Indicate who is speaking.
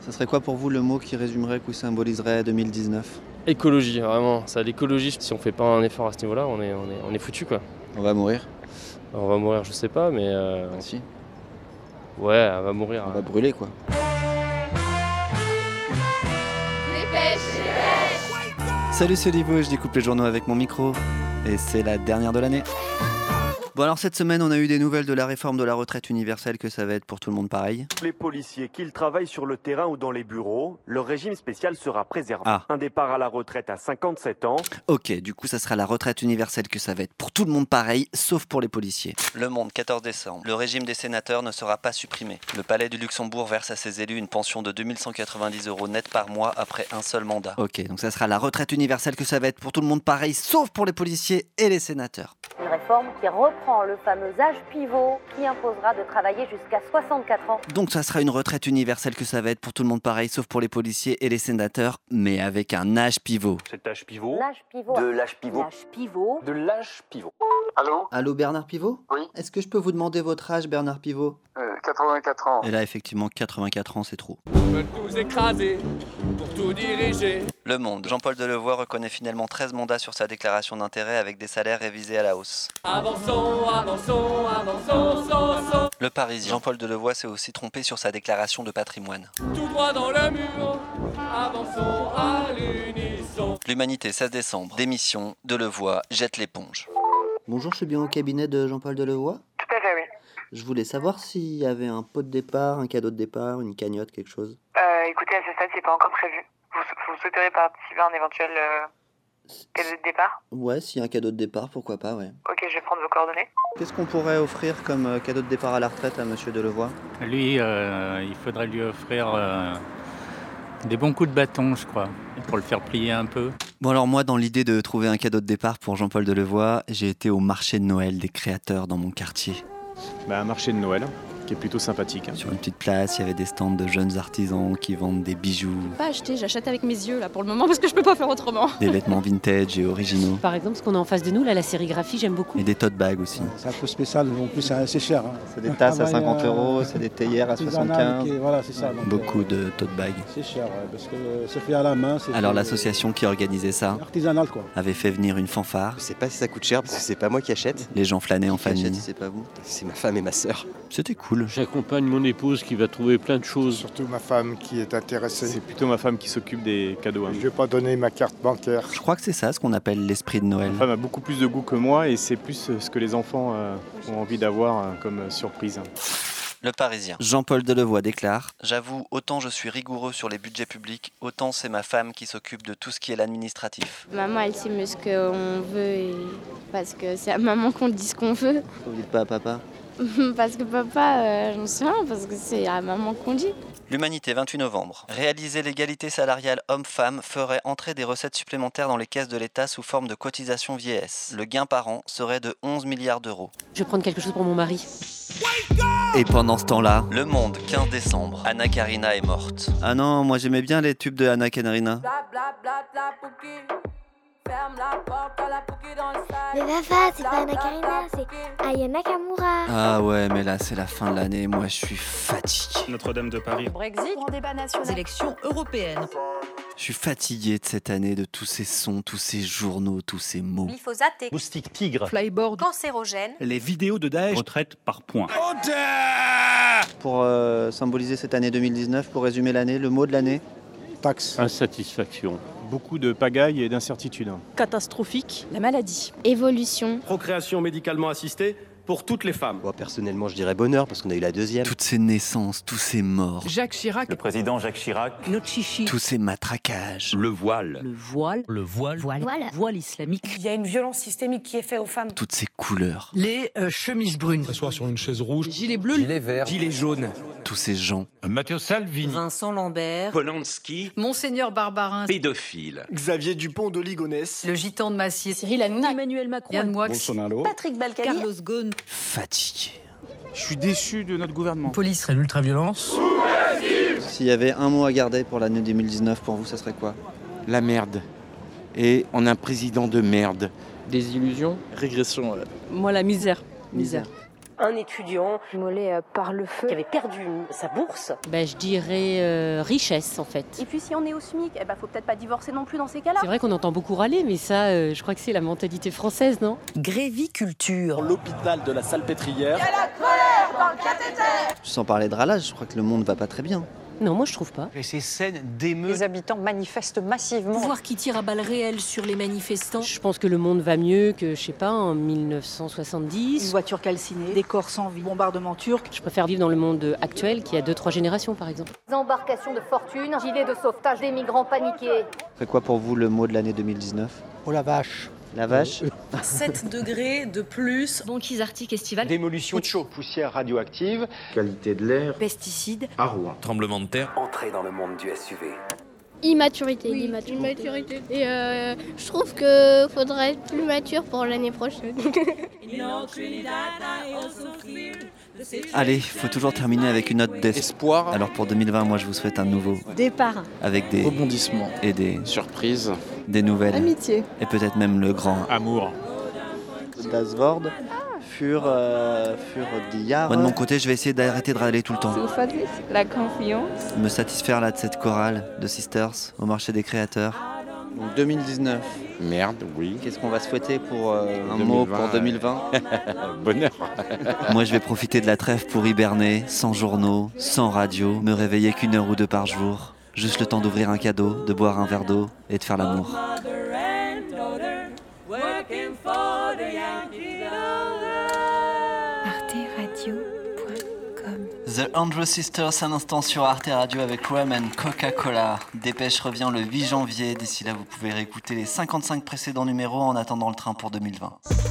Speaker 1: Ça serait quoi pour vous le mot qui résumerait ou symboliserait 2019
Speaker 2: Écologie, vraiment. Ça, l'écologie, si on fait pas un effort à ce niveau-là, on est, on est, on est foutu quoi.
Speaker 1: On va mourir
Speaker 2: On va mourir, je sais pas, mais. euh,
Speaker 1: Ah, si.
Speaker 2: ouais, on va mourir. hein.
Speaker 1: On va brûler quoi. Salut, c'est Olivo, je découpe les journaux avec mon micro. Et c'est la dernière de l'année. Bon alors cette semaine on a eu des nouvelles de la réforme de la retraite universelle que ça va être pour tout le monde pareil.
Speaker 3: Les policiers, qu'ils travaillent sur le terrain ou dans les bureaux, leur régime spécial sera préservé.
Speaker 1: Ah.
Speaker 3: Un départ à la retraite à 57 ans,
Speaker 1: Ok, du coup, ça sera la retraite universelle que ça va être pour tout le monde pareil, sauf pour les policiers. Le Monde, 14 décembre. Le régime des sénateurs ne sera pas supprimé. Le Palais du Luxembourg verse à ses élus une pension de 2190 euros net par mois après un seul mandat. Ok, donc ça sera la retraite universelle que ça va être pour tout le monde pareil, sauf pour les policiers et les sénateurs.
Speaker 4: Une réforme qui reprend le fameux âge pivot qui imposera de travailler jusqu'à 64 ans.
Speaker 1: Donc ça sera une retraite universelle que ça va être pour tout le monde pareil, sauf pour les policiers et les sénateurs, mais avec un âge pivot.
Speaker 5: Cet âge pivot.
Speaker 4: L'âge pivot.
Speaker 5: l'âge
Speaker 4: L'âge pivot.
Speaker 5: De l'âge pivot.
Speaker 1: Allô Bernard Pivot
Speaker 6: Oui.
Speaker 1: Est-ce que je peux vous demander votre âge Bernard Pivot
Speaker 6: Euh, 84 ans.
Speaker 1: Et là effectivement 84 ans c'est trop.
Speaker 7: veulent nous écraser pour tout diriger.
Speaker 1: Le Monde. Jean-Paul Delevoye reconnaît finalement 13 mandats sur sa déclaration d'intérêt avec des salaires révisés à la hausse.
Speaker 7: Avançons, avançons, avançons, sans, sans,
Speaker 1: Le Parisien. Jean-Paul Delevoye s'est aussi trompé sur sa déclaration de patrimoine.
Speaker 7: tout droit dans le mur. Avançons à l'unisson.
Speaker 1: L'Humanité, 16 décembre. Démission. Delevoye jette l'éponge. Bonjour, je suis bien au cabinet de Jean-Paul Delevoye.
Speaker 6: Tout à fait, oui.
Speaker 1: Je voulais savoir s'il y avait un pot de départ, un cadeau de départ, une cagnotte, quelque chose.
Speaker 6: Euh, écoutez, à ce stade, c'est pas encore prévu. Vous, vous souhaiterez participer à un éventuel euh, cadeau de départ
Speaker 1: Ouais, s'il y a un cadeau de départ, pourquoi pas, ouais.
Speaker 6: Ok, je vais prendre vos coordonnées.
Speaker 1: Qu'est-ce qu'on pourrait offrir comme euh, cadeau de départ à la retraite à Monsieur Delevoye
Speaker 8: Lui, euh, il faudrait lui offrir euh, des bons coups de bâton, je crois, pour le faire plier un peu.
Speaker 1: Bon alors moi, dans l'idée de trouver un cadeau de départ pour Jean-Paul Delevoye, j'ai été au marché de Noël des créateurs dans mon quartier.
Speaker 9: Bah, un marché de Noël qui est plutôt sympathique. hein.
Speaker 1: Sur une petite place, il y avait des stands de jeunes artisans qui vendent des bijoux,
Speaker 10: Pas acheter, j'achète avec mes yeux là pour le moment parce que je peux pas faire autrement.
Speaker 1: des vêtements vintage et originaux,
Speaker 11: Par exemple, ce qu'on a en face de nous, là, la sérigraphie, j'aime beaucoup.
Speaker 1: et des tote bags aussi.
Speaker 9: C'est un peu spécial, en plus c'est assez cher. hein.
Speaker 1: C'est des
Speaker 9: tasses à 50 euros, c'est
Speaker 1: des théières
Speaker 8: Hein
Speaker 1: à
Speaker 9: Artisanal, qui- voilà, c'est ça. donc,
Speaker 1: Beaucoup
Speaker 9: euh,
Speaker 1: de tote bags.
Speaker 9: C'est cher, ouais, parce que euh, c'est fait à la main. c'est
Speaker 1: Alors
Speaker 9: fait,
Speaker 1: l'association qui organisait ça
Speaker 9: euh, Artisanal, quoi.
Speaker 1: avait fait venir une fanfare,
Speaker 3: Je sais pas si ça coûte cher parce que c'est pas moi qui achète,
Speaker 1: les gens flânaient en famille.
Speaker 3: c'est pas vous. C'est ma femme et ma sœur.
Speaker 1: C'était cool.
Speaker 5: J'accompagne mon épouse qui va trouver plein de choses.
Speaker 8: Surtout ma femme qui est intéressée.
Speaker 9: C'est plutôt ma femme qui s'occupe des cadeaux. hein.
Speaker 8: vais pas donner ma carte bancaire.
Speaker 1: Je crois que c'est ça ce qu'on appelle l'esprit de Noël.
Speaker 9: Ma femme a beaucoup plus de goût que moi et c'est plus euh, ce que les enfants euh, ont envie d'avoir euh, comme euh, surprise.
Speaker 1: Le Parisien. Jean-Paul Delevoye déclare J'avoue, autant je suis rigoureux sur les budgets publics, autant c'est ma femme qui s'occupe de tout ce qui est l'administratif.
Speaker 10: Maman, elle sait mieux ce qu'on veut et... parce que c'est à maman qu'on dit ce qu'on veut.
Speaker 1: Vous dites pas à papa
Speaker 10: parce que papa, euh, j'en sais rien, parce que c'est à maman qu'on dit.
Speaker 1: L'Humanité, 28 novembre. Réaliser l'égalité salariale homme-femme ferait entrer des recettes supplémentaires dans les caisses de l'État sous forme de cotisation vieillesse. Le gain par an serait de 11 milliards d'euros.
Speaker 11: Je vais prendre quelque chose pour mon mari.
Speaker 1: Et pendant ce temps-là, Le Monde, 15 décembre. Anna Karina est morte. Ah non, moi j'aimais bien les tubes de Anna Karina.
Speaker 10: Mais papa, c'est pas Anna Karina, c'est Ayana Kamura.
Speaker 1: Ah ouais, mais là c'est la fin de l'année, moi je suis fatigué.
Speaker 9: Notre-Dame de Paris.
Speaker 4: Brexit, grand débat national.
Speaker 11: élections européennes.
Speaker 1: Je suis fatigué de cette année, de tous ces sons, tous ces journaux, tous ces mots.
Speaker 4: Glyphosate est
Speaker 5: Moustique tigre.
Speaker 11: Flyboard.
Speaker 4: cancérogène.
Speaker 5: Les vidéos de Daesh.
Speaker 8: Retraite par points.
Speaker 1: Pour euh, symboliser cette année 2019, pour résumer l'année, le mot de l'année
Speaker 9: Taxe.
Speaker 5: Insatisfaction.
Speaker 9: Beaucoup de pagaille et hein. d'incertitude.
Speaker 11: Catastrophique.
Speaker 10: La maladie. Évolution.
Speaker 3: Procréation médicalement assistée pour toutes les femmes.
Speaker 5: Moi, personnellement, je dirais bonheur parce qu'on a eu la deuxième.
Speaker 1: Toutes ces naissances, tous ces morts,
Speaker 11: Jacques Chirac.
Speaker 5: Le président Jacques Chirac.
Speaker 11: Notre chichi.
Speaker 1: tous ces matraquages.
Speaker 5: Le voile.
Speaker 11: Le voile.
Speaker 5: Le voile.
Speaker 11: Voile.
Speaker 4: Voile.
Speaker 11: Voile islamique.
Speaker 4: Il y a une violence systémique qui est faite aux femmes.
Speaker 1: toutes ces couleurs,
Speaker 11: Les chemises brunes.
Speaker 7: S'asseoir sur une chaise rouge.
Speaker 11: Gilet bleu.
Speaker 5: Gilet jaune.
Speaker 1: tous ces gens.
Speaker 5: Matteo Salvini.
Speaker 11: Vincent Lambert.
Speaker 5: Polanski.
Speaker 11: Monseigneur Barbarin.
Speaker 5: Pédophile.
Speaker 3: Xavier Dupont de Ligonnès.
Speaker 11: Le gitan de Massier. Cyril
Speaker 10: Hanouna.
Speaker 11: Emmanuel Macron. Yann Moix.
Speaker 4: Patrick Balkany.
Speaker 11: Carlos Ghosn.
Speaker 1: Fatigué.
Speaker 9: Je suis déçu de notre gouvernement.
Speaker 11: Police. L'ultraviolence.
Speaker 1: S'il y avait un mot à garder pour l'année 2019, pour vous, ça serait quoi
Speaker 3: La merde. Et on a un président de merde.
Speaker 5: Des illusions.
Speaker 7: Régression.
Speaker 11: Moi, la misère. Misère.
Speaker 4: un étudiant mollet euh, par le feu qui avait perdu une- sa bourse.
Speaker 7: Bah, je dirais euh, richesse en fait.
Speaker 12: Et puis si on est au SMIC, eh ben, faut peut-être pas divorcer non plus dans ces cas-là.
Speaker 7: C'est vrai qu'on entend beaucoup râler, mais ça, euh, je crois que c'est la mentalité française, non
Speaker 13: Gréviculture. L'hôpital de la Salpêtrière.
Speaker 1: Sans parler de ralage, je crois que le monde va pas très bien.
Speaker 7: Non, moi je trouve pas.
Speaker 14: Et ces scènes d'émeutes.
Speaker 15: Les habitants manifestent massivement.
Speaker 7: Voir qui tire à balles réelles sur les manifestants. Je pense que le monde va mieux que, je sais pas, en 1970. Une voiture calcinée, des corps sans vie, bombardement turc. Je préfère vivre dans le monde actuel qui a deux, trois générations par exemple.
Speaker 16: Embarcations de fortune, gilets de sauvetage des migrants paniqués.
Speaker 1: C'est quoi pour vous le mot de l'année 2019
Speaker 3: Oh la vache Euh,
Speaker 1: La vache
Speaker 3: 7 degrés de plus. Banquise arctique estivale. Démolition de chaud. Poussière radioactive.
Speaker 17: Qualité de l'air.
Speaker 3: Pesticides.
Speaker 17: À Rouen. Tremblement de terre. Entrée dans le monde du SUV.
Speaker 10: Immaturité, l'immaturité. Et euh, je trouve que faudrait être plus mature pour l'année prochaine.
Speaker 1: Allez, faut toujours terminer avec une note d'espoir. Alors pour 2020, moi je vous souhaite un nouveau.
Speaker 18: Départ.
Speaker 1: Avec des rebondissements et des surprises, des nouvelles,
Speaker 18: Amitié.
Speaker 1: et peut-être même le grand amour. Dasvord, fur, euh, fur Moi de mon côté, je vais essayer d'arrêter de râler tout le temps.
Speaker 19: la confiance.
Speaker 1: Me satisfaire là de cette chorale de Sisters au marché des créateurs. Donc 2019. Merde, oui. Qu'est-ce qu'on va souhaiter pour euh, un mot pour 2020
Speaker 20: Bonheur.
Speaker 1: Moi, je vais profiter de la trêve pour hiberner, sans journaux, sans radio, me réveiller qu'une heure ou deux par jour. Juste le temps d'ouvrir un cadeau, de boire un verre d'eau et de faire l'amour.
Speaker 21: Mother and daughter, working for the Yankee dollar.
Speaker 1: The Andrew Sisters, un instant sur Arte Radio avec Ramen Coca-Cola. Dépêche revient le 8 janvier. D'ici là, vous pouvez réécouter les 55 précédents numéros en attendant le train pour 2020.